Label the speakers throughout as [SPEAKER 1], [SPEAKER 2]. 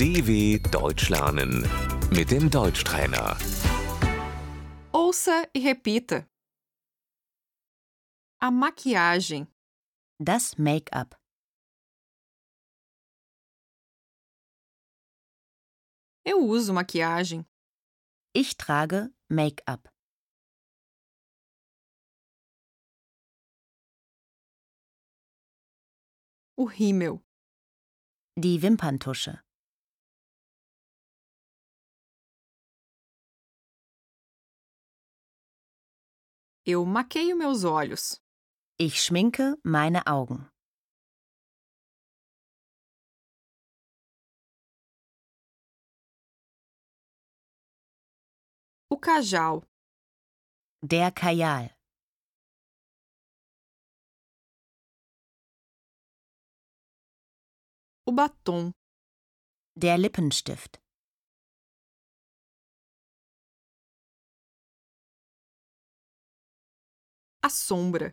[SPEAKER 1] DW Deutsch lernen mit dem Deutschtrainer.
[SPEAKER 2] Ouça e repita. A maquiagem,
[SPEAKER 3] Das Make-up,
[SPEAKER 2] eu uso maquiagem.
[SPEAKER 3] ich trage Make-up,
[SPEAKER 2] O rímel,
[SPEAKER 3] die Wimperntusche,
[SPEAKER 2] eu maqueio meus olhos.
[SPEAKER 3] ich schminke meine Augen,
[SPEAKER 2] O cajal,
[SPEAKER 3] der Kajal,
[SPEAKER 2] o batom,
[SPEAKER 3] der Lippenstift,
[SPEAKER 2] a sombra,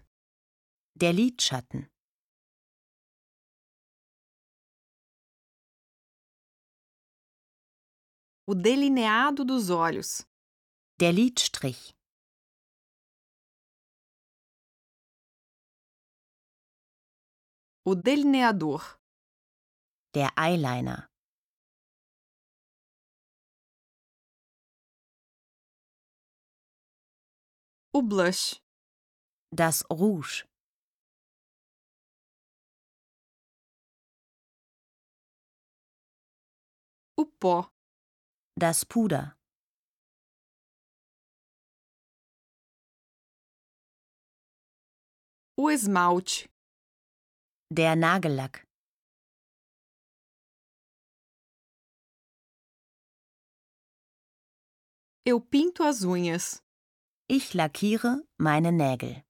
[SPEAKER 3] der Lidschatten,
[SPEAKER 2] o delineado dos olhos,
[SPEAKER 3] der Lidstrich,
[SPEAKER 2] o delineador,
[SPEAKER 3] der Eyeliner,
[SPEAKER 2] o blush,
[SPEAKER 3] das Rouge,
[SPEAKER 2] o pó,
[SPEAKER 3] das Puder,
[SPEAKER 2] o esmalte,
[SPEAKER 3] der Nagellack,
[SPEAKER 2] eu pinto as unhas,
[SPEAKER 3] ich lackiere meine Nägel,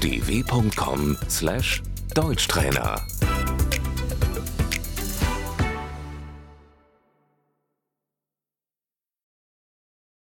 [SPEAKER 1] dw.com/deutschtrainer